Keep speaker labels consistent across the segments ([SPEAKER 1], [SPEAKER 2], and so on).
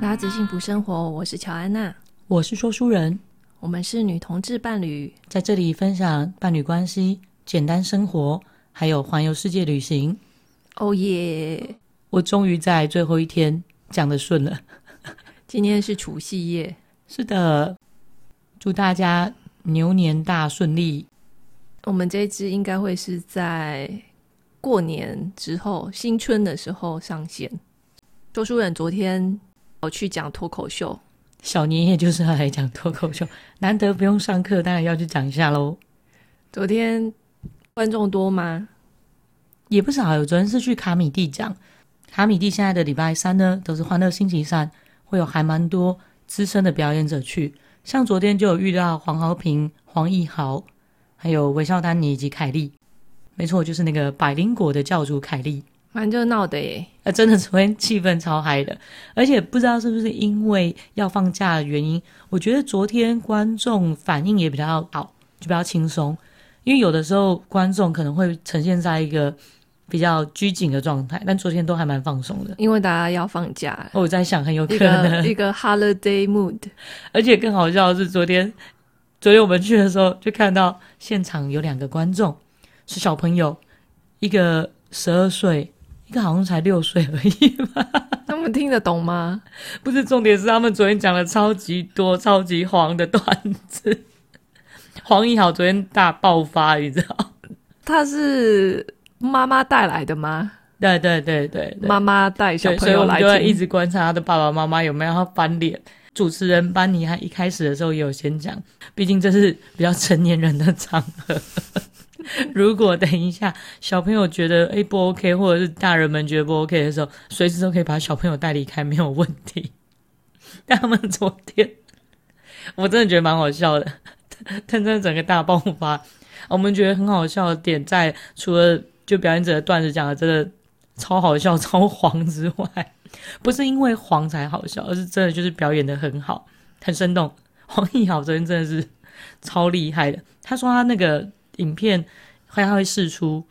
[SPEAKER 1] 拉子幸福生活，我是乔安娜，
[SPEAKER 2] 我是说书人，
[SPEAKER 1] 我们是女同志伴侣，
[SPEAKER 2] 在这里分享伴侣关系、简单生活，还有环游世界旅行。
[SPEAKER 1] 哦耶！
[SPEAKER 2] 我终于在最后一天讲的顺了。
[SPEAKER 1] 今天是除夕夜，
[SPEAKER 2] 是的，祝大家牛年大顺利。
[SPEAKER 1] 我们这一支应该会是在过年之后、新春的时候上线。说书人昨天我去讲脱口秀，
[SPEAKER 2] 小年夜就是要来讲脱口秀，难得不用上课，当然要去讲一下喽。
[SPEAKER 1] 昨天观众多吗？
[SPEAKER 2] 也不少，有昨天是去卡米蒂讲，卡米蒂现在的礼拜三呢都是欢乐星期三，会有还蛮多资深的表演者去，像昨天就有遇到黄豪平、黄义豪，还有韦孝丹妮以及凯莉，没错，就是那个百灵果的教主凯莉。
[SPEAKER 1] 蛮热闹的耶。
[SPEAKER 2] 呃，真的昨天气氛超嗨的，而且不知道是不是因为要放假的原因，我觉得昨天观众反应也比较好，就比较轻松。因为有的时候观众可能会呈现在一个比较拘谨的状态，但昨天都还蛮放松的。
[SPEAKER 1] 因为大家要放假了，
[SPEAKER 2] 我在想，很有可
[SPEAKER 1] 一个
[SPEAKER 2] 能，
[SPEAKER 1] 嗯一个 holiday mood，
[SPEAKER 2] 而且更好笑的是，昨天昨天我们去的时候，就看到现场有两个观众是小朋友，一个十二岁，一个好像才六岁而已。
[SPEAKER 1] 他们听得懂吗？
[SPEAKER 2] 不是重点是他们昨天讲了超级多、超级黄的段子。黄义豪昨天大爆发，你知道？
[SPEAKER 1] 他是妈妈带来的吗？
[SPEAKER 2] 对对对对对，
[SPEAKER 1] 妈妈带小
[SPEAKER 2] 对所
[SPEAKER 1] 朋
[SPEAKER 2] 以
[SPEAKER 1] 友
[SPEAKER 2] 我们
[SPEAKER 1] 来
[SPEAKER 2] 就会一
[SPEAKER 1] 听，
[SPEAKER 2] 直观察他的爸爸妈妈有没有要翻脸。主持人班尼他一开始的时候也有先讲，毕竟这是比较成年人的场合。 如果等一下小朋友觉得哎诶不 OK，或者是大人们觉得不 OK 的时候，随时都可以把小朋友带离开，没有问题。 但他们昨天，我真的觉得蛮好笑的， 但真的整个大爆发。我们觉得很好笑的点在，除了就表演者的段子讲的真的超好笑、超黄之外， 不是因为黄才好笑，而是真的就是表演的很好，很生动。黄义豪昨天真的是超厉害的，他说他那个影片会他会试出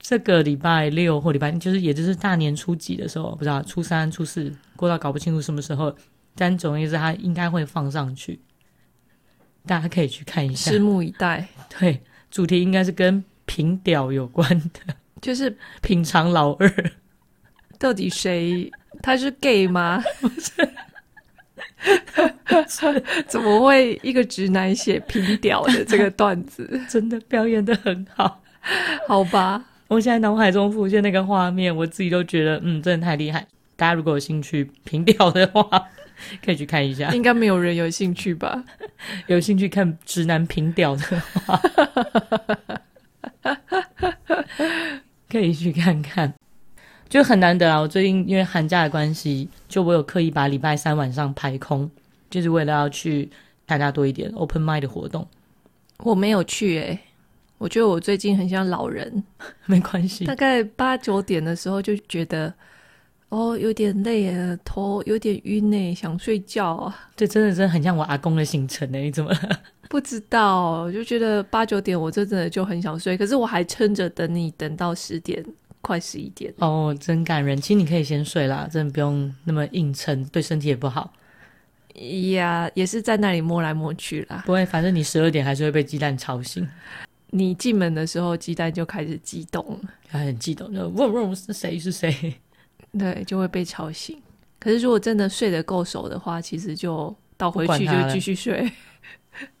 [SPEAKER 2] 这个礼拜六或礼拜，就是也就是大年初几的时候，不知道初三、初四，过到搞不清楚什么时候，但总而言之，他应该会放上去，大家可以去看 一下
[SPEAKER 1] 拭。目以待。
[SPEAKER 2] 对，主题应该是跟平屌有关 的，
[SPEAKER 1] 就是
[SPEAKER 2] 品尝老二。
[SPEAKER 1] 到底谁他是 gay 吗？怎么会一个直男写平屌的这个段子？
[SPEAKER 2] 真的表演的很好。
[SPEAKER 1] 好吧，
[SPEAKER 2] 我现在脑海中浮现那个画面，我自己都觉得，嗯，真的太厉害。大家如果有兴趣平调的话， 可以去看一下。
[SPEAKER 1] 应该没有人有兴趣吧？
[SPEAKER 2] 有兴趣看直男平调的话，可以去看看。就很难得啊！我最近因为寒假的关系，就我有刻意把礼拜三晚上排空，就是为了要去参加多一点 open m i d 的活动。
[SPEAKER 1] 我没有去诶、欸我觉得我最近很像老人，
[SPEAKER 2] 没关系，
[SPEAKER 1] 大概八九点的时候就觉得，哦，有点累耶，头有点晕诶，想睡觉啊。
[SPEAKER 2] 这真的真的很像我阿公的行程欸呢、你怎么了？
[SPEAKER 1] 不知道，我就觉得八九点我真的就很想睡，可是我还撑着等你，等到十点，快十一点。
[SPEAKER 2] 哦，真感人。其实你可以先睡啦，真的不用那么硬撑，对身体也不好。
[SPEAKER 1] 呀，也是在那里摸来摸去啦。
[SPEAKER 2] 不会，反正你十二点还是会被鸡蛋吵醒，
[SPEAKER 1] 你进门的时候，鸡蛋就开始激动了，
[SPEAKER 2] 还很激动，就嗡嗡是谁是谁。
[SPEAKER 1] 对，就会被吵醒。可是如果真的睡得够熟的话，其实就倒回去
[SPEAKER 2] 不管它
[SPEAKER 1] 就
[SPEAKER 2] 了
[SPEAKER 1] 继续睡。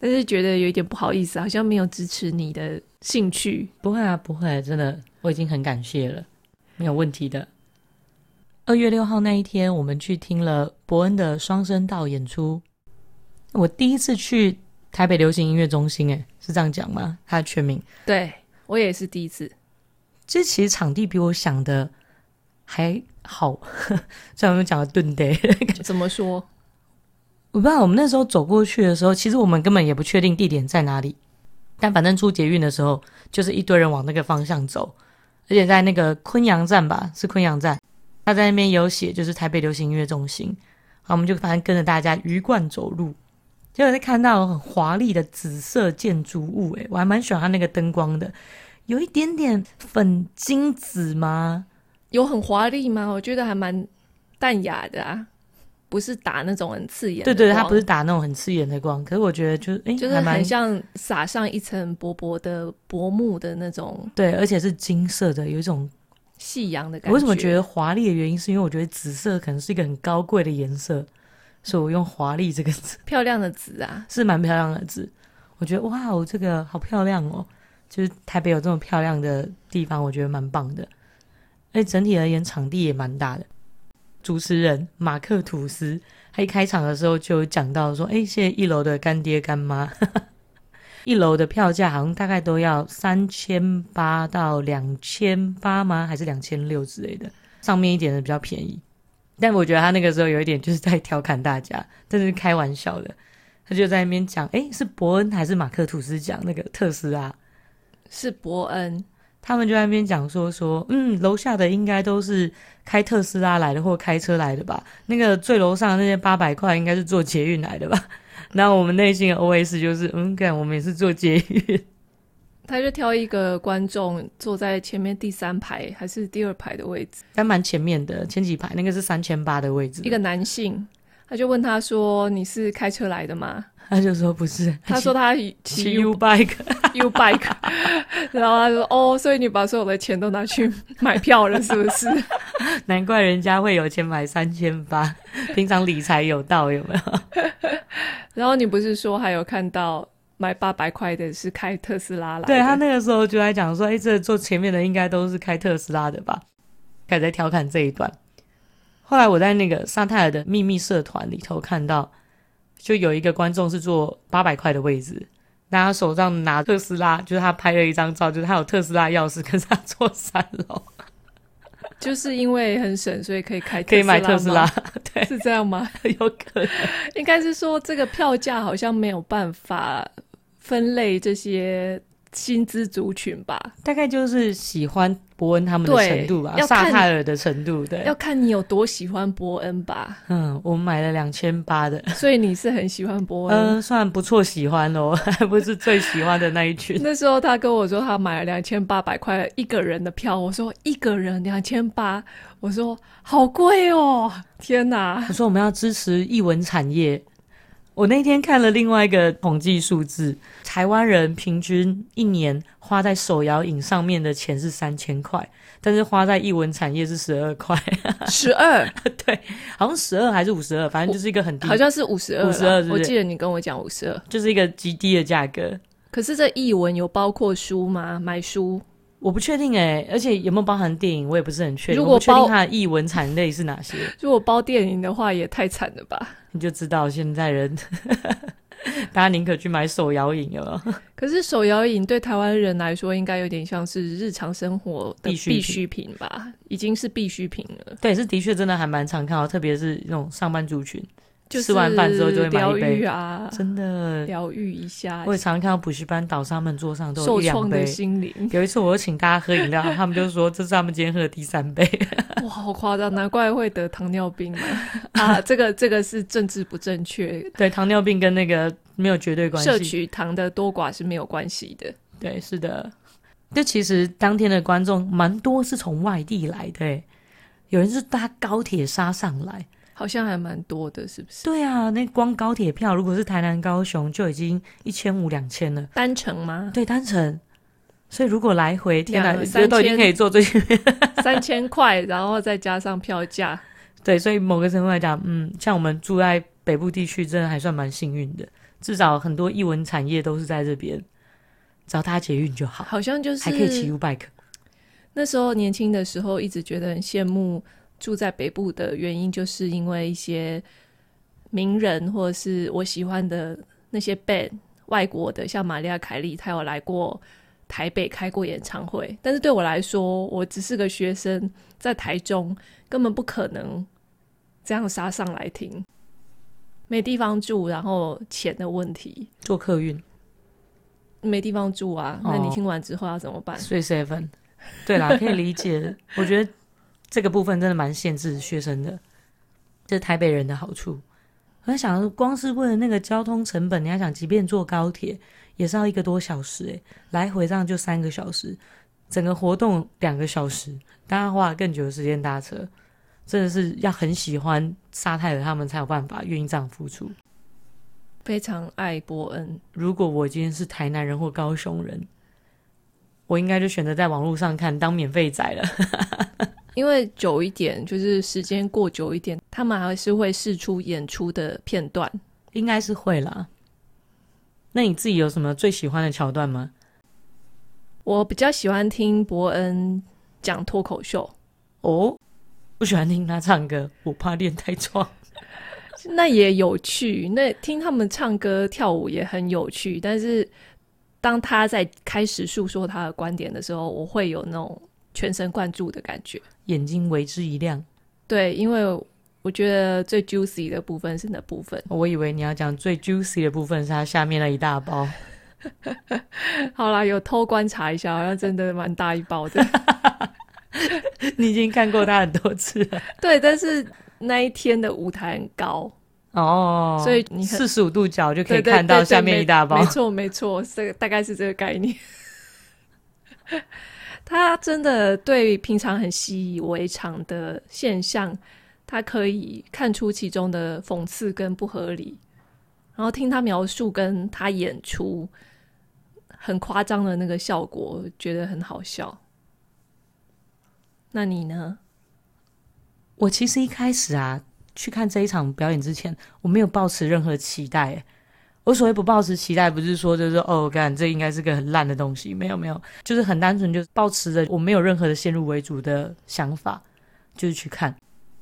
[SPEAKER 1] 但是觉得有一点不好意思，好像没有支持你的兴趣。
[SPEAKER 2] 不会啊，不会，真的，我已经很感谢了，没有问题的。二月六号那一天，我们去听了伯恩的双声道演出。我第一次去台北流行音乐中心，诶，是这样讲吗？它的全名。
[SPEAKER 1] 对我也是第一次，
[SPEAKER 2] 这其实场地比我想的还好， 虽然我们讲的顿得，
[SPEAKER 1] 怎么说？
[SPEAKER 2] 我不知道我们那时候走过去的时候，其实我们根本也不确定地点在哪里，但反正出捷运的时候，就是一堆人往那个方向走，而且在那个昆阳站吧，是昆阳站，他在那边有写就是台北流行音乐中心，然后我们就反正跟着大家鱼贯走路，结果就看到很华丽的紫色建筑物、诶，我还蛮喜欢它那个灯光的，有一点点粉金紫吗？
[SPEAKER 1] 有很华丽吗？我觉得还蛮淡雅的啊，不是打那种很刺眼的光。
[SPEAKER 2] 对对，它不是打那种很刺眼的光，可是我觉得就是哎，
[SPEAKER 1] 就是
[SPEAKER 2] 还蛮
[SPEAKER 1] 很像撒上一层薄薄的薄幕的那种
[SPEAKER 2] 对，而且是金色的，有一种
[SPEAKER 1] 夕阳的感
[SPEAKER 2] 我
[SPEAKER 1] 觉。
[SPEAKER 2] 为什么觉得华丽的原因，是因为我觉得紫色可能是一个很高贵的颜色，所以我用华丽这个字
[SPEAKER 1] 漂亮的紫啊？
[SPEAKER 2] 是蛮漂亮的字。我觉得哇哦，这个好漂亮哦！就是台北有这么漂亮的地方，我觉得蛮棒的。而且整体而言，场地也蛮大的。主持人马克吐斯，他一开场的时候就有讲到说：“哎，谢谢一楼的干爹干妈。” 一楼的票价好像大概都要三千八到两千八吗？还是两千六之类的？上面一点的比较便宜。但我觉得他那个时候有一点就是在调侃大家，但是开玩笑的。他就在那边讲，诶，是伯恩还是马克吐斯讲那个特斯拉？
[SPEAKER 1] 是伯恩，
[SPEAKER 2] 他们就在那边讲说说，嗯，楼下的应该都是开特斯拉来的或开车来的吧？那个最楼上的那些八百块应该是坐捷运来的吧？ 然后我们内心的 OS 就是，嗯，干，我们也是坐捷运，
[SPEAKER 1] 他就挑一个观众坐在前面第三排还是第二排的位置，
[SPEAKER 2] 但蛮前面的，前几排那个是三千八的位置，
[SPEAKER 1] 一个男性，他就问他说：“你是开车来的 吗
[SPEAKER 2] 他就说不是，？”
[SPEAKER 1] 他说他
[SPEAKER 2] 骑
[SPEAKER 1] 骑
[SPEAKER 2] U bike，
[SPEAKER 1] U bike，然 后他说：“哦，所以你把所有的钱都拿去买票了，是不是
[SPEAKER 2] 难怪人家会有钱买三千八， 平常理财有道有没有？？”
[SPEAKER 1] 然后你不是说还有看到买八百块的是开特斯拉来的？
[SPEAKER 2] 对他那个时候就在讲说，哎、这坐前面的应该都是开特斯拉的吧？开始在调侃这一段。后来我在那个沙泰尔的秘密社团里头看到，就有一个观众是坐八百块的位置，那他手上拿特斯拉，就是他拍了一张照，就是他有特斯拉钥匙，可是他坐三 楼，
[SPEAKER 1] 就是因为很省，所以可以开
[SPEAKER 2] 可以买特斯拉
[SPEAKER 1] 吗， 是这样吗？
[SPEAKER 2] 有可能。
[SPEAKER 1] 应该是说这个票价好像没有办法分类这些薪资族群吧，
[SPEAKER 2] 大概就是喜欢伯恩他们的
[SPEAKER 1] 对
[SPEAKER 2] 程度吧，
[SPEAKER 1] 要看
[SPEAKER 2] 萨泰尔的程度，对
[SPEAKER 1] 要。看你有多喜欢伯恩吧。
[SPEAKER 2] 嗯，我买了两千八的，
[SPEAKER 1] 所以你是很喜欢伯恩。
[SPEAKER 2] 嗯、算不错，喜欢哦， 还不是最喜欢的那一群。
[SPEAKER 1] 那时候他跟我说他买了两千八百块一个人的票，我说一个人两千八，我说好贵哦，天哪！
[SPEAKER 2] 我说我们要支持艺文产业。我那天看了另外一个统计数字，台湾人平均一年花在手摇饮上面的钱是三千块，但是花在艺文产业是十二块，
[SPEAKER 1] 十二
[SPEAKER 2] 好像十二还是五十二，反正就是一个很低，
[SPEAKER 1] 好像是五十二，
[SPEAKER 2] 52是不
[SPEAKER 1] 我
[SPEAKER 2] 是
[SPEAKER 1] 记得你跟我讲五十二。
[SPEAKER 2] 就是一个极低的价格。
[SPEAKER 1] 可是这译文有包括书吗？买书
[SPEAKER 2] 我不确定哎、而且有没有包含电影，我也不是很确定。
[SPEAKER 1] 如果
[SPEAKER 2] 我不确
[SPEAKER 1] 包
[SPEAKER 2] 定它的艺文产类是哪些，
[SPEAKER 1] 如果包电影的话，也太惨了吧。
[SPEAKER 2] 你就知道现在人大家宁可去买手摇饮了。
[SPEAKER 1] 可是手摇饮对台湾人来说，应该有点像是日常生活的
[SPEAKER 2] 必需品
[SPEAKER 1] 必需品吧，已经是必需品了。
[SPEAKER 2] 对，是的确真的还蛮常看到，特别是那种上班族群，
[SPEAKER 1] 就是
[SPEAKER 2] 吃完饭之后就会买
[SPEAKER 1] 疗
[SPEAKER 2] 一杯
[SPEAKER 1] 愈啊，
[SPEAKER 2] 真的，
[SPEAKER 1] 疗愈一下
[SPEAKER 2] 我也常常看到补习班导师他们桌上都
[SPEAKER 1] 啊
[SPEAKER 2] 有
[SPEAKER 1] 受
[SPEAKER 2] 一两
[SPEAKER 1] 创
[SPEAKER 2] 杯
[SPEAKER 1] 的。心灵。
[SPEAKER 2] 有一次我又请大家喝饮料，他们就说这是他们今天喝的第三杯。
[SPEAKER 1] 哇，好夸张，难怪会得糖尿病啊！ 啊，这个这个是政治不正确，
[SPEAKER 2] 对，糖尿病跟那个没有绝对关
[SPEAKER 1] 摄
[SPEAKER 2] 系。
[SPEAKER 1] 取糖的多寡是没有关系的。
[SPEAKER 2] 对，是的。就其实当天的观众蛮多是从外地来的欸，有人是搭高铁杀上来。
[SPEAKER 1] 好像还蛮多的，是不是？
[SPEAKER 2] 对啊，那光高铁票如果是台南、高雄就已经一千五、两千了。？
[SPEAKER 1] 单程吗
[SPEAKER 2] 对，单程。所以如果来回，天哪，
[SPEAKER 1] 两
[SPEAKER 2] 这都已
[SPEAKER 1] 三
[SPEAKER 2] 经
[SPEAKER 1] 千
[SPEAKER 2] 可以坐最
[SPEAKER 1] 三千块，然后再加上票价，
[SPEAKER 2] 对，所以某个程度来讲，嗯，像我们住在北部地区，真的还算蛮幸运的，至少很多艺文产业都是在这边，只要搭捷运就好，
[SPEAKER 1] 好像就是
[SPEAKER 2] 还可以骑 U bike。
[SPEAKER 1] 那时候年轻的时候，一直觉得很羡慕住在北部的原因，就是因为一些名人或者是我喜欢的那些 band，外国的，像玛利亚·凯莉，她有来过台北开过演唱会。但是对我来说，我只是个学生，在台中根本不可能这样杀上来听，没地方住，然后钱的问题，
[SPEAKER 2] 坐客运，
[SPEAKER 1] 没地方住啊。那
[SPEAKER 2] 哦
[SPEAKER 1] 你听完之后要怎么办？
[SPEAKER 2] 所以 seven，对啦，可以理解。我觉得这个部分真的蛮限制学生的，这是台北人的好处。我在想，光是为了那个交通成本，你要想，即便坐高铁也是要一个多小时、欸，来回这样就三个小时，整个活动两个小时，大家花了更久的时间搭车。真的是要很喜欢沙泰尔他们才有办法愿意这样付出。
[SPEAKER 1] 非常爱伯恩，
[SPEAKER 2] 如果我今天是台南人或高雄人，我应该就选择在网络上看当免费仔了。
[SPEAKER 1] 因为久一点，就是时间过久一点，他们还是会试出演出的片段。
[SPEAKER 2] 应该是会啦。那你自己有什么最喜欢的桥段吗？
[SPEAKER 1] 我比较喜欢听伯恩讲脱口秀，
[SPEAKER 2] 哦，不喜欢听他唱歌，我怕练太壮。
[SPEAKER 1] 那也有趣。那听他们唱歌跳舞也很有趣，但是当他在开始诉说他的观点的时候，我会有那种全神贯注的感觉。
[SPEAKER 2] 眼睛为之一亮。
[SPEAKER 1] 对，因为我觉得最 juicy 的部分是那部分。
[SPEAKER 2] 我以为你要讲最 juicy 的部分是它下面那一大 包。
[SPEAKER 1] 好啦，有偷观察一下，好像真的蛮大一包 的。
[SPEAKER 2] 你已经看过它很多次了。
[SPEAKER 1] 对，但是那一天的舞台很高，
[SPEAKER 2] 哦，
[SPEAKER 1] 所以你很
[SPEAKER 2] 四十五度角就可
[SPEAKER 1] 对
[SPEAKER 2] 以
[SPEAKER 1] 对
[SPEAKER 2] 看到
[SPEAKER 1] 对对
[SPEAKER 2] 下面
[SPEAKER 1] 没
[SPEAKER 2] 一大包
[SPEAKER 1] 没。错，没错，这个大概是这个概念。 他真的对平常很习以为常的现象，他可以看出其中的讽刺跟不合理，然后听他描述跟他演出很夸张的那个效果，觉得很好笑。那你呢？
[SPEAKER 2] 我其实一开始啊，去看这一场表演之前，我没有抱持任何期待耶。我所谓不抱持期待，不是说就是哦，干这应该是个很烂的东西，没有没有，就是很单纯，就是抱持着我没有任何的先入为主的想法，就是去看。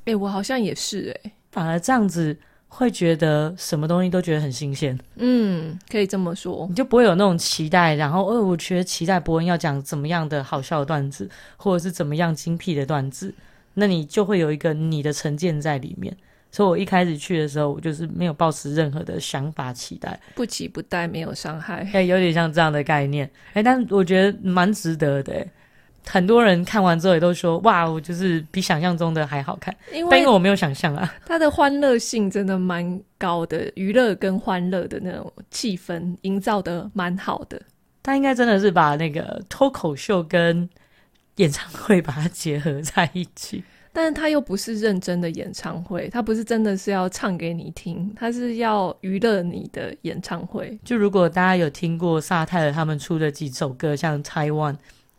[SPEAKER 1] 诶，我好像也是诶。
[SPEAKER 2] 反而这样子会觉得什么东西都觉得很新鲜，
[SPEAKER 1] 嗯，可以这么说。
[SPEAKER 2] 你就不会有那种期待。然后，哦，我觉得期待伯恩要讲怎么样的好笑的段子，或者是怎么样精辟的段子，那你就会有一个你的成见在里面。所以我一开始去的时候，我就是没有抱持任何的想法期待，
[SPEAKER 1] 不期不待，没有伤害。
[SPEAKER 2] 哎、有点像这样的概念。哎、但我觉得蛮值得的、哎很多人看完之后也都说，哇，我就是比想象中的还好看，
[SPEAKER 1] 因
[SPEAKER 2] 但
[SPEAKER 1] 为
[SPEAKER 2] 因为我没有想象啊。
[SPEAKER 1] 它的欢乐性真的蛮高的，娱乐跟欢乐的那种气氛营造的蛮好的。
[SPEAKER 2] 他应该真的是把那个脱口秀跟演唱会把它结合在一起。
[SPEAKER 1] 但是它又不是认真的演唱会，它不是真的是要唱给你听，它是要娱乐你的演唱会。
[SPEAKER 2] 就如果大家有听过萨泰尔他们出的几首歌，像《Taiwan》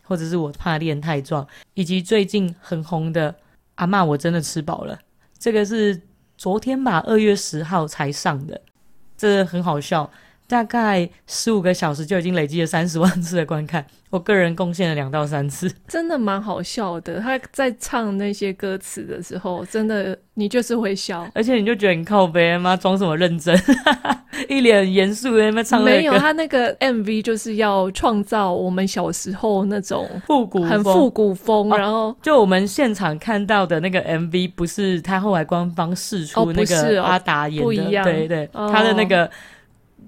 [SPEAKER 2] 或者是《我怕练太壮》，以及最近很红的《阿嬷我真的吃饱了》，这个是昨天吧，二月十号才上的，这个很好笑。大概十五个小时就已经累积了三十万次的观看，我个人贡献了两到三次。
[SPEAKER 1] 真的蛮好笑的，他在唱那些歌词的时候，真的你就是会笑。
[SPEAKER 2] 而且你就觉得你靠背妈装什么认真， 一脸很严肃的那边唱那
[SPEAKER 1] 没
[SPEAKER 2] 个
[SPEAKER 1] 有，
[SPEAKER 2] 歌，
[SPEAKER 1] 他那个 MV 就是要创造我们小时候那种
[SPEAKER 2] 复古
[SPEAKER 1] 很
[SPEAKER 2] 风
[SPEAKER 1] 复古风，
[SPEAKER 2] 哦
[SPEAKER 1] 然后
[SPEAKER 2] 就我们现场看到的那个 MV，不是他后来官方试
[SPEAKER 1] 哦
[SPEAKER 2] 出
[SPEAKER 1] 不
[SPEAKER 2] 那
[SPEAKER 1] 是
[SPEAKER 2] 个
[SPEAKER 1] 哦
[SPEAKER 2] 阿达演的，
[SPEAKER 1] 不一样
[SPEAKER 2] 对对，
[SPEAKER 1] 哦
[SPEAKER 2] 他的那个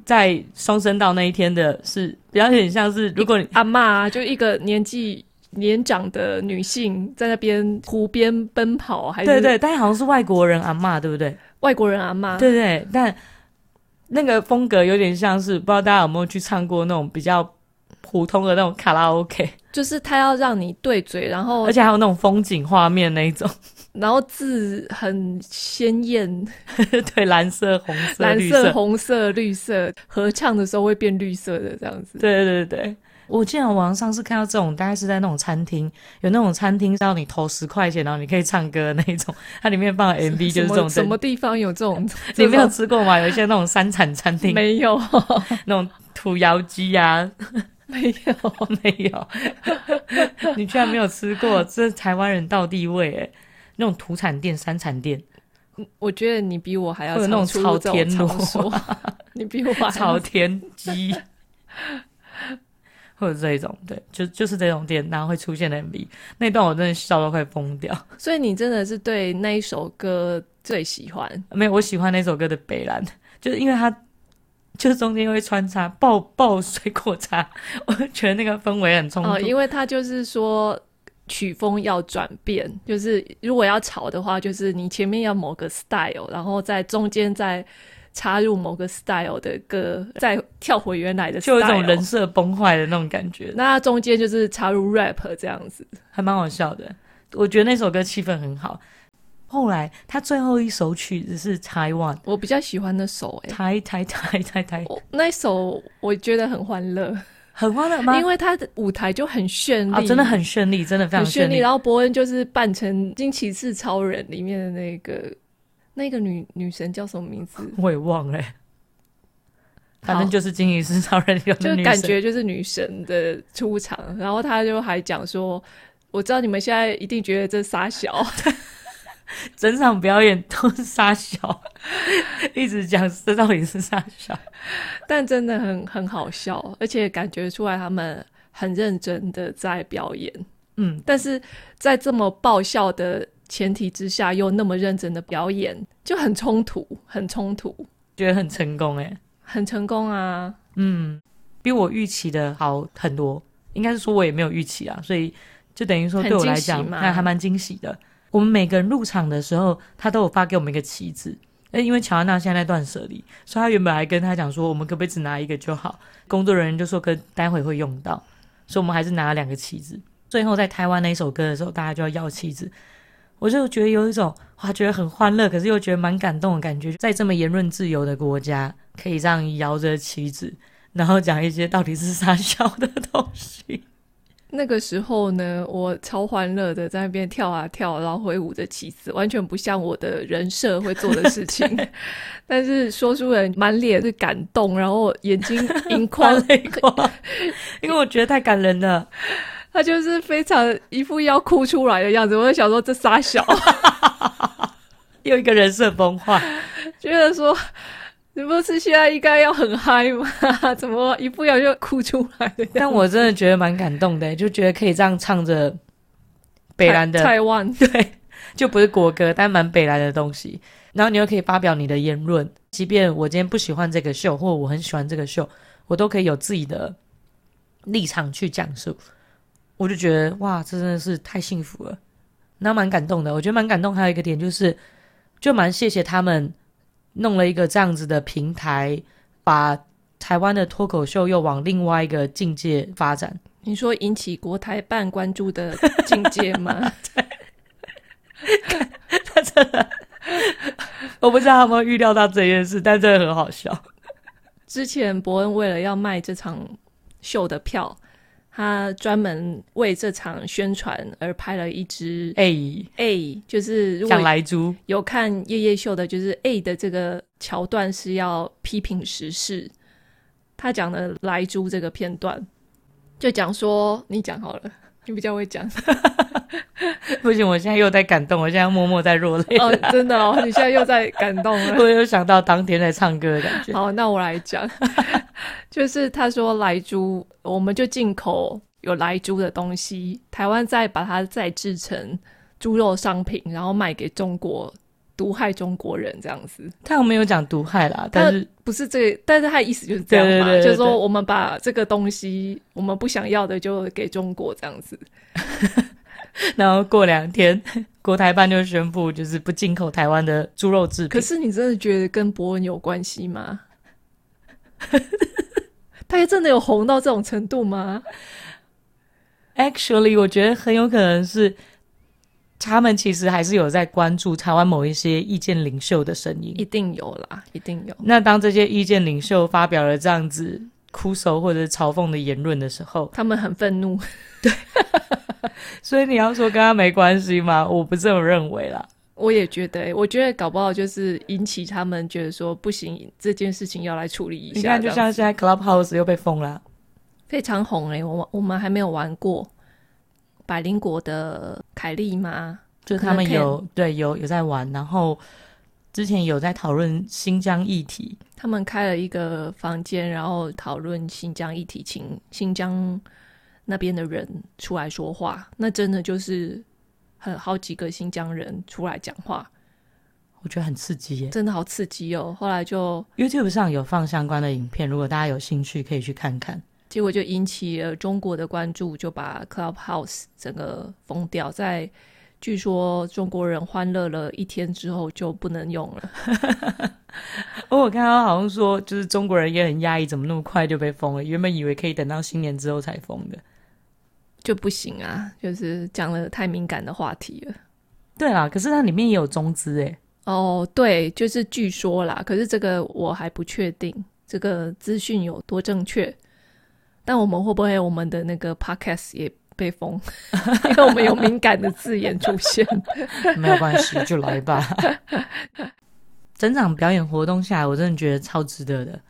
[SPEAKER 2] 在双声道那一天的是比较有点像是，如果你
[SPEAKER 1] 阿嬷啊就一个年纪年长的女性在那边湖边奔跑，还
[SPEAKER 2] 对
[SPEAKER 1] 是
[SPEAKER 2] 对，但好像是外国人阿嬷，对不对？
[SPEAKER 1] 外国人阿嬷，
[SPEAKER 2] 对对，但那个风格有点像是，不知道大家有没有去唱过那种比较普通的那种卡拉 OK，
[SPEAKER 1] 就是她要让你对嘴，然后
[SPEAKER 2] 而且还有那种风景画面那一种，
[SPEAKER 1] 然后字很鲜艳，
[SPEAKER 2] 对，蓝色、红色、
[SPEAKER 1] 蓝
[SPEAKER 2] 绿
[SPEAKER 1] 色、红色、绿色，合唱的时候会变绿色的这样子。
[SPEAKER 2] 对对对对，我记得我好像上次看到这种，大概是在那种餐厅，有那种餐厅让你投十块钱，然后你可以唱歌的那一种， 它里面放的 MV 就
[SPEAKER 1] 什
[SPEAKER 2] 是这
[SPEAKER 1] 么
[SPEAKER 2] 种
[SPEAKER 1] 什么
[SPEAKER 2] 的。
[SPEAKER 1] 地方有这种？
[SPEAKER 2] 你没有
[SPEAKER 1] 这
[SPEAKER 2] 吃过吗？有一些那种山产餐
[SPEAKER 1] 种
[SPEAKER 2] 厅，
[SPEAKER 1] 没有
[SPEAKER 2] 那种土窑鸡呀，
[SPEAKER 1] 没有，
[SPEAKER 2] 没有，你居然没有吃过，这是台湾人道地味哎。那种土产店、山产店，
[SPEAKER 1] 我觉得你比我还要
[SPEAKER 2] 会有那
[SPEAKER 1] 常出
[SPEAKER 2] 种朝
[SPEAKER 1] 这
[SPEAKER 2] 天
[SPEAKER 1] 常
[SPEAKER 2] 螺
[SPEAKER 1] 说，你比我还
[SPEAKER 2] 朝
[SPEAKER 1] 要
[SPEAKER 2] 天鸡， 或者这一种，对，就就是这种店，然后会出现的 MV，那段我真的笑到快疯掉。
[SPEAKER 1] 所以你真的是对那一首歌最喜欢。
[SPEAKER 2] 没有，我喜欢那首歌的北兰， 就是因为它就是中间会穿插爆爆水果茶， 我就觉得那个氛围很冲突。
[SPEAKER 1] 哦，因为他就是说曲风要转变，就是如果要吵的话，就是你前面要某个 style，然后在中间再插入某个 style 的歌，再跳回原来的 style，
[SPEAKER 2] 就有一种人设崩坏的那种感觉，
[SPEAKER 1] 那它中间就是插入 rap 这样子。
[SPEAKER 2] 还蛮好笑的。我觉得那首歌气氛很好。后来他最后一首曲子是《台湾
[SPEAKER 1] 我比较喜欢那首哎、》，
[SPEAKER 2] 台台台台台，
[SPEAKER 1] 我那首我觉得很欢乐，
[SPEAKER 2] 很欢乐吗
[SPEAKER 1] 因？为他的舞台就很绚丽，
[SPEAKER 2] 啊，真的很绚丽，真的非
[SPEAKER 1] 很
[SPEAKER 2] 常
[SPEAKER 1] 绚
[SPEAKER 2] 绚
[SPEAKER 1] 丽。
[SPEAKER 2] 丽。
[SPEAKER 1] 然后伯恩就是扮成《惊奇四超人》里面的那个那个女女神叫什么名字？
[SPEAKER 2] 我也忘了欸、反
[SPEAKER 1] 好
[SPEAKER 2] 正就是《金鱼是超人》有
[SPEAKER 1] 就
[SPEAKER 2] 嗯的女
[SPEAKER 1] 感
[SPEAKER 2] 神
[SPEAKER 1] 觉就是女神的出场，然后他就还讲说：“我知道你们现在一定觉得这傻小，
[SPEAKER 2] 整场表演都是傻笑， 一直讲这到底是傻笑。
[SPEAKER 1] 但真的很很好笑，而且感觉出来他们很认真的在表演。
[SPEAKER 2] 嗯，
[SPEAKER 1] 但是在这么爆笑的前提之下，又那么认真的表演，就很冲突，很冲突，
[SPEAKER 2] 觉得很成功哎、
[SPEAKER 1] 很成功啊！
[SPEAKER 2] 嗯，比我预期的好很多，应该是说我也没有预期啊，所以就等于说
[SPEAKER 1] 很
[SPEAKER 2] 对我来
[SPEAKER 1] 惊喜
[SPEAKER 2] 讲，
[SPEAKER 1] 吗
[SPEAKER 2] 那还蛮惊喜的。我们每个人入场的时候，他都有发给我们一个旗子。诶因为乔安娜现在在断舍离，所以他原本还跟他讲说，我们可不可以只拿一个就好？工作人员就说跟待会会用到，所以我们还是拿了两个旗子。最后在台湾那一首歌的时候，大家就要要旗子，我就觉得有一种哇，觉得很欢乐，可是又觉得蛮感动的感觉。在这么言论自由的国家，可以这样摇着旗子，然后讲一些到底是傻笑的东西。
[SPEAKER 1] 那个时候呢，我超欢乐的在那边跳啊跳，然后挥舞着旗子，完全不像我的人设会做的事 情。但是说书人满脸是感动，然后眼睛盈
[SPEAKER 2] 快
[SPEAKER 1] 眶，
[SPEAKER 2] 泪光，因为我觉得太感人了。
[SPEAKER 1] 他就是非常一副要哭出来的样子。我就想说，这傻小，
[SPEAKER 2] 又一个人设崩坏，
[SPEAKER 1] 觉得说你不是现在应该要很嗨吗？ 怎么一不小心就哭出来的样子？
[SPEAKER 2] 但我真的觉得蛮感动的，欸就觉得可以这样唱着北兰的
[SPEAKER 1] 台湾
[SPEAKER 2] 对，就不是国歌，但蛮北来的东西。然后你又可以发表你的言论，即便我今天不喜欢这个秀，或我很喜欢这个秀，我都可以有自己的立场去讲述。我就觉得哇，这真的是太幸福了，那蛮感动的。我觉得蛮感动，还有一个点就是，就蛮谢谢他们弄了一个这样子的平台，把台湾的脱口秀又往另外一个境界发展。
[SPEAKER 1] 你说引起国台办关注的境界吗？
[SPEAKER 2] 我不知道他们预料到这件事，但真的很好笑。
[SPEAKER 1] 之前伯恩为了要卖这场秀的票，他专门为这场宣传而拍了一支
[SPEAKER 2] 哎、
[SPEAKER 1] A，就是如
[SPEAKER 2] 像
[SPEAKER 1] 果
[SPEAKER 2] 来猪，
[SPEAKER 1] 有看夜夜秀的，就是 A 的这个桥段是要批评时事。他讲的莱猪这个片段，就讲说你讲好了，你比较会讲
[SPEAKER 2] 不行，我现在又在感动，我现在默默在落泪。
[SPEAKER 1] 哦，真的哦，你现在又在感动了。
[SPEAKER 2] 我又想到当天在唱歌的感觉。
[SPEAKER 1] 好，那我来 讲，就是他说莱猪，我们就进口有莱猪的东西，台湾再把它再制成猪肉商品，然后卖给中国，毒害中国人这样子。
[SPEAKER 2] 他没有讲毒
[SPEAKER 1] 呃
[SPEAKER 2] 害啦，但是
[SPEAKER 1] 不是这个，但是他的意思就是这样嘛，
[SPEAKER 2] 对对对对
[SPEAKER 1] 就是说我们把这个东西，我们不想要的就给中国这样子。
[SPEAKER 2] 然后过两天， 国台办就宣布就是不进口台湾的猪肉制
[SPEAKER 1] 可
[SPEAKER 2] 品。
[SPEAKER 1] 是你真的觉得跟伯恩有关系吗？ 他真的有红到这种程度吗？
[SPEAKER 2] Actually，我觉得很有可能是他们其实还是有在关注台湾某一些意见领袖的声音
[SPEAKER 1] 一。定有啦，一定有。
[SPEAKER 2] 那当这些意见领袖发表了这样子哭手或者嘲讽的言论的时候，
[SPEAKER 1] 他们很愤怒，
[SPEAKER 2] 所以你要说跟他没关系吗？我不这么认为啦。
[SPEAKER 1] 我也觉得欸、我觉得搞不好就是引起他们觉得说不行，这件事情要来处理一
[SPEAKER 2] 你
[SPEAKER 1] 下。
[SPEAKER 2] 看，就
[SPEAKER 1] 这样
[SPEAKER 2] 像现在 Clubhouse 又被封了。
[SPEAKER 1] 非常红哎、我我们还没有玩过百灵果的凯莉吗？
[SPEAKER 2] 就
[SPEAKER 1] 可
[SPEAKER 2] 他
[SPEAKER 1] 能
[SPEAKER 2] 们
[SPEAKER 1] 可以
[SPEAKER 2] 有对有有在玩，然后之前有在讨论新疆议题，
[SPEAKER 1] 他们开了一个房间，然后讨论新疆议题，请新疆那边的人出来说话。那真的就是很好几个新疆人出来讲话，
[SPEAKER 2] 我觉得很刺激耶。
[SPEAKER 1] 真的好刺激哦。后来就
[SPEAKER 2] YouTube 上有放相关的影片，如果大家有兴趣可以去看看。
[SPEAKER 1] 结果就引起了中国的关注，就把 Clubhouse 整个封掉。在据说中国人欢乐了一天之后就不能用了。
[SPEAKER 2] 哦，我看到好像说，就是中国人也很压抑，怎么那么快就被封了？原本以为可以等到新年之后才封的。
[SPEAKER 1] 就不行啊，就是讲了太敏感的话题了。
[SPEAKER 2] 对啦，可是它里面也有中资哎，
[SPEAKER 1] 哦，对，就是据说啦，可是这个我还不确定，这个资讯有多正确。但我们会不会我们的那个 podcast 也被封？ 因为我们有敏感的字眼出现。
[SPEAKER 2] 没有关系，就来吧。 整场表演活动下来，我真的觉得超值得的。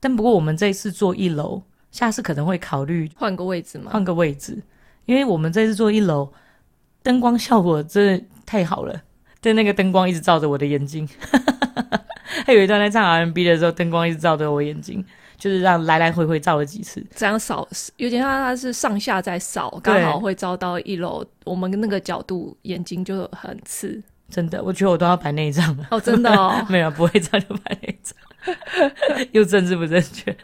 [SPEAKER 2] 但不过我们这一次坐一楼，下次可能会考虑
[SPEAKER 1] 换个位置嘛？
[SPEAKER 2] 换个位置，因为我们这次坐一楼，灯光效果真的太好了，但那个灯光一直照着我的眼睛。 还有一段在唱 R&B 的时候，灯光一直照着我眼睛，就是让来来回回照了几次。
[SPEAKER 1] 这样扫有点像它是上下在扫，刚好会照到一楼，我们那个角度眼睛就很刺。
[SPEAKER 2] 真的，我觉得我都要摆那一张了。 ，
[SPEAKER 1] 哦，真的哦
[SPEAKER 2] 没有，不会这样就拍那一张， 又政治不正确，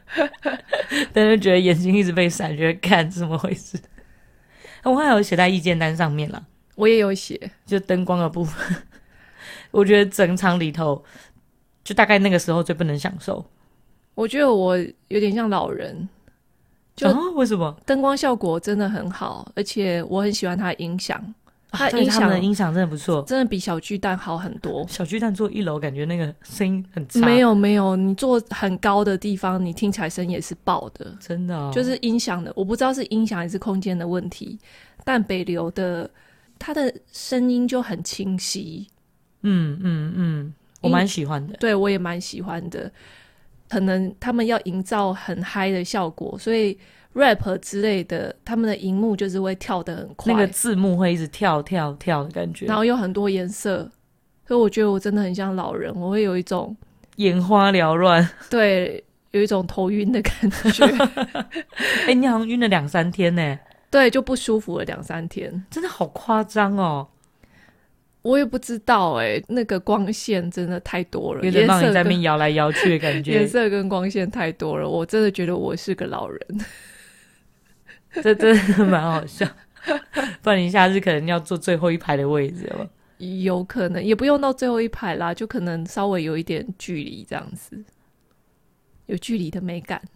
[SPEAKER 2] 但是觉得眼睛一直被闪，觉得看怎么回事。 我还有写在意见单上面啦，
[SPEAKER 1] 我也有写。
[SPEAKER 2] 就灯光的部分， 我觉得整场里头，就大概那个时候最不能享受。
[SPEAKER 1] 我觉得我有点像老人，就
[SPEAKER 2] 啊、为什么？
[SPEAKER 1] 灯光效果真的很好，而且我很喜欢它的音响，它
[SPEAKER 2] 啊对
[SPEAKER 1] 音
[SPEAKER 2] 他们的
[SPEAKER 1] 响
[SPEAKER 2] 音响真的不错。
[SPEAKER 1] 真的比小巨蛋好很多。
[SPEAKER 2] 小巨蛋坐一楼，感觉那个声音很差，
[SPEAKER 1] 没有没有，你坐很高的地方，你听起来声音也是爆的，
[SPEAKER 2] 真的哦、
[SPEAKER 1] 就是音响的，我不知道是音响还是空间的问题，但北流的它的声音就很清晰，
[SPEAKER 2] 嗯嗯嗯，我蛮喜欢的。
[SPEAKER 1] 对我也蛮喜欢的。可能他们要营造很嗨的效果，所以 rap 之类的，他们的荧幕就是会跳得很快，
[SPEAKER 2] 那个字幕会一直跳跳跳的感觉，
[SPEAKER 1] 然后有很多颜色，所以我觉得我真的很像老人，我会有一种
[SPEAKER 2] 眼花缭乱。
[SPEAKER 1] 对有一种头晕的感觉，
[SPEAKER 2] 哎、你好像晕了两三天呢，
[SPEAKER 1] 对就不舒服了两三天。
[SPEAKER 2] 真的好夸张哦，
[SPEAKER 1] 我也不知道哎、那个光线真的太多了，
[SPEAKER 2] 有点
[SPEAKER 1] 颜
[SPEAKER 2] 让你
[SPEAKER 1] 色
[SPEAKER 2] 在那
[SPEAKER 1] 跟
[SPEAKER 2] 边摇来摇去的感
[SPEAKER 1] 颜
[SPEAKER 2] 觉。
[SPEAKER 1] 色 跟光线太多了，我真的觉得我是个老人。
[SPEAKER 2] 这真的蛮好笑。不然你下次可能要坐最后一排的位置了。
[SPEAKER 1] 有可能也不用到最后一排啦，就可能稍微有一点距离这样子，有距离的美感。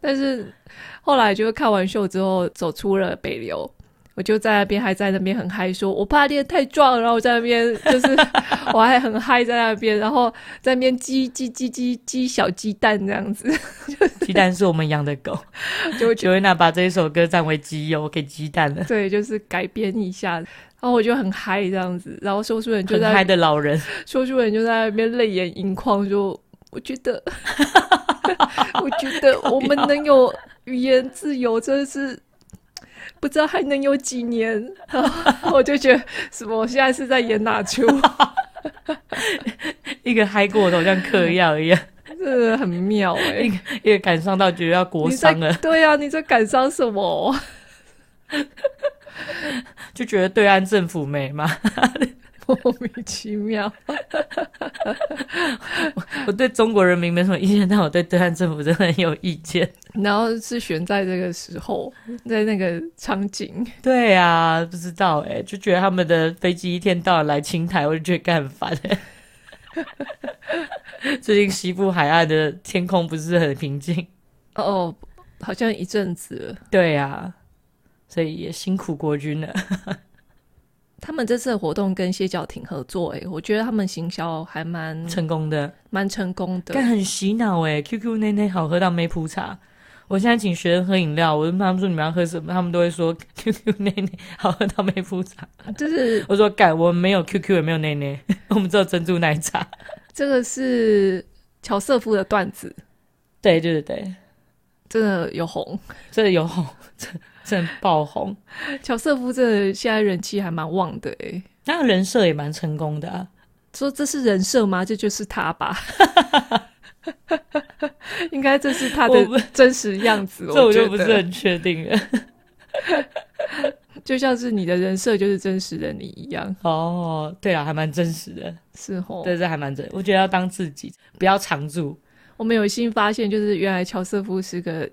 [SPEAKER 1] 但是后来就是看完秀之后，走出了北流，我就在那边还在那边很嗨，说我怕练太壮，然后我在那边就是 我还很嗨在那边，然后在那边鸡鸡鸡鸡鸡小鸡蛋这样子，
[SPEAKER 2] 鸡蛋是我们养的狗，
[SPEAKER 1] 就会觉得。
[SPEAKER 2] 九维娜把这一首歌占为己有，给鸡蛋了。
[SPEAKER 1] 对，就是改编一下，然后我就很嗨这样子，然后说书人就
[SPEAKER 2] 很
[SPEAKER 1] 在
[SPEAKER 2] 嗨的老人，
[SPEAKER 1] 说书人就在那边泪眼盈眶，说：“我觉 得，我觉得我们能有语言自由，真的是不知道还能有几年。” 然后我就觉得，什么？我现在是在演哪出？
[SPEAKER 2] 一个嗨过头，像嗑药一样，
[SPEAKER 1] 真的很妙哎、
[SPEAKER 2] 一一个感伤到觉得要国
[SPEAKER 1] 你在
[SPEAKER 2] 伤了，
[SPEAKER 1] 对啊，你在感伤什么？
[SPEAKER 2] 就觉得对岸政府没嘛。
[SPEAKER 1] 莫名其妙。
[SPEAKER 2] 我对中国人民没什么意见，但我对对岸政府真的很有意见。
[SPEAKER 1] 然后是选在这个时候，在那个场景。
[SPEAKER 2] 对啊，不知道哎、就觉得他们的飞机一天到晚来青台，我就觉得干很烦、欸。 最近西部海岸的天空不是很平静，
[SPEAKER 1] 哦，好像一阵子了。
[SPEAKER 2] 对啊，所以也辛苦国军了。
[SPEAKER 1] 他们这次的活动跟歇脚亭合作、欸诶，我觉得他们行销还蛮
[SPEAKER 2] 成功的，
[SPEAKER 1] 蛮成功的
[SPEAKER 2] 但。很洗脑哎、QQ 内内好喝到没谱茶。我现在请学生喝饮料，我就问他们说你们要喝什么，他们都会说 QQ 内内好喝到没谱茶。
[SPEAKER 1] 就是
[SPEAKER 2] 我说干，我们没有 QQ 也没有内内，我们只有珍珠奶茶。
[SPEAKER 1] 这个是乔瑟夫的段子，
[SPEAKER 2] 对对对对，
[SPEAKER 1] 真的有红。
[SPEAKER 2] 真的有红，真真的爆红。
[SPEAKER 1] 乔瑟夫真的现在人气还蛮旺的、诶，
[SPEAKER 2] 那个人设也蛮成功的啊，
[SPEAKER 1] 说这是人设吗？这就是他吧。 应该这是他
[SPEAKER 2] 我
[SPEAKER 1] 的
[SPEAKER 2] 不
[SPEAKER 1] 真实样子，
[SPEAKER 2] 这我
[SPEAKER 1] 觉
[SPEAKER 2] 就
[SPEAKER 1] 得
[SPEAKER 2] 不是很确定了。
[SPEAKER 1] 就像是你的人设就是真实人你一样，
[SPEAKER 2] 哦，对啊，还蛮真实的，
[SPEAKER 1] 是吼。
[SPEAKER 2] 对，这还蛮真。我觉得要当自己，不要常驻
[SPEAKER 1] 我们有新发现，就是原来乔瑟夫是 个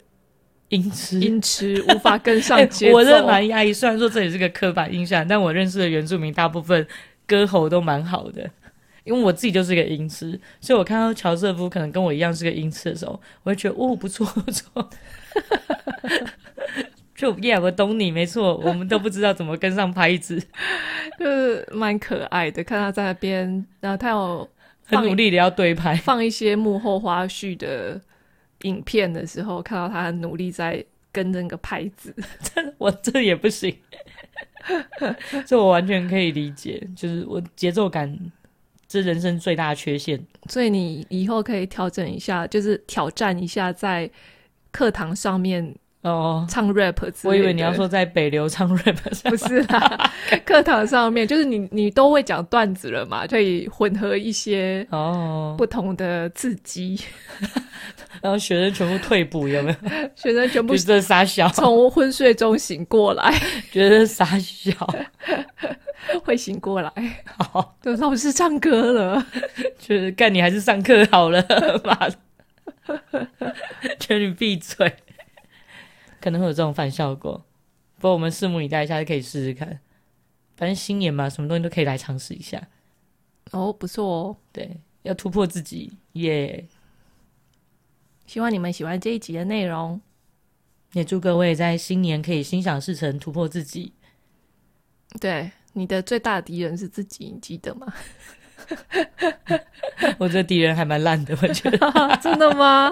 [SPEAKER 2] 音痴。
[SPEAKER 1] 音痴，无法跟上
[SPEAKER 2] 哎
[SPEAKER 1] 节奏。
[SPEAKER 2] 我认蛮压抑，虽然说这也是个刻板印象，但我认识的原住民大部分歌喉都蛮好的，因为我自己就是个音痴，所以我看到乔瑟夫可能跟我一样是个音痴的时候，我会觉得哦不错不错， 就 Yeah，我懂你，没错，我们都不知道怎么跟上拍子，
[SPEAKER 1] 就是蛮可爱的。看他在那边，然后他有
[SPEAKER 2] 很努力的要对拍。
[SPEAKER 1] 放一些幕后花絮的影片的时候，看到他很努力在跟那个拍子。
[SPEAKER 2] 我这也不行， 这我完全可以理解，就是我节奏感，这人生最大的缺陷。
[SPEAKER 1] 所以你以后可以调整一下，就是挑战一下在课堂上面
[SPEAKER 2] 哦，
[SPEAKER 1] 唱 rap 之类的。
[SPEAKER 2] 我以为你要说在北流唱 rap，
[SPEAKER 1] 不是啦， 课堂上面就是你你都会讲段子了嘛，可以混合一些
[SPEAKER 2] 哦，
[SPEAKER 1] 不同的刺激，
[SPEAKER 2] 然后学生全部退步，有没有？
[SPEAKER 1] 学生全部
[SPEAKER 2] 就是这傻小，
[SPEAKER 1] 从昏睡中醒过来，
[SPEAKER 2] 觉得傻小。
[SPEAKER 1] 会醒过来。
[SPEAKER 2] 好，
[SPEAKER 1] 就老师唱歌了，
[SPEAKER 2] 就是干你还是上课好了， 妈的，劝你闭嘴，可能会有这种反效果。不过我们拭目以待一下，可以试试看。反正新年嘛，什么东西都可以来尝试一下。
[SPEAKER 1] 哦，不错哦。
[SPEAKER 2] 对，要突破自己，耶、
[SPEAKER 1] 希望你们喜欢这一集的内容。
[SPEAKER 2] 也祝各位在新年可以心想事成，突破自己。
[SPEAKER 1] 对，你的最大的敌人是自己，你记得 吗？
[SPEAKER 2] 我这敌人还蛮烂的，我觉得
[SPEAKER 1] 真的 吗？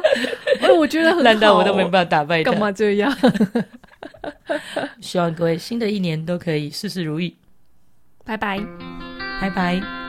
[SPEAKER 1] 哎，我觉得很好
[SPEAKER 2] 烂到我都没办法打败他
[SPEAKER 1] 干。嘛这样？
[SPEAKER 2] 希望各位新的一年都可以事事如意，
[SPEAKER 1] 拜拜。
[SPEAKER 2] 拜拜。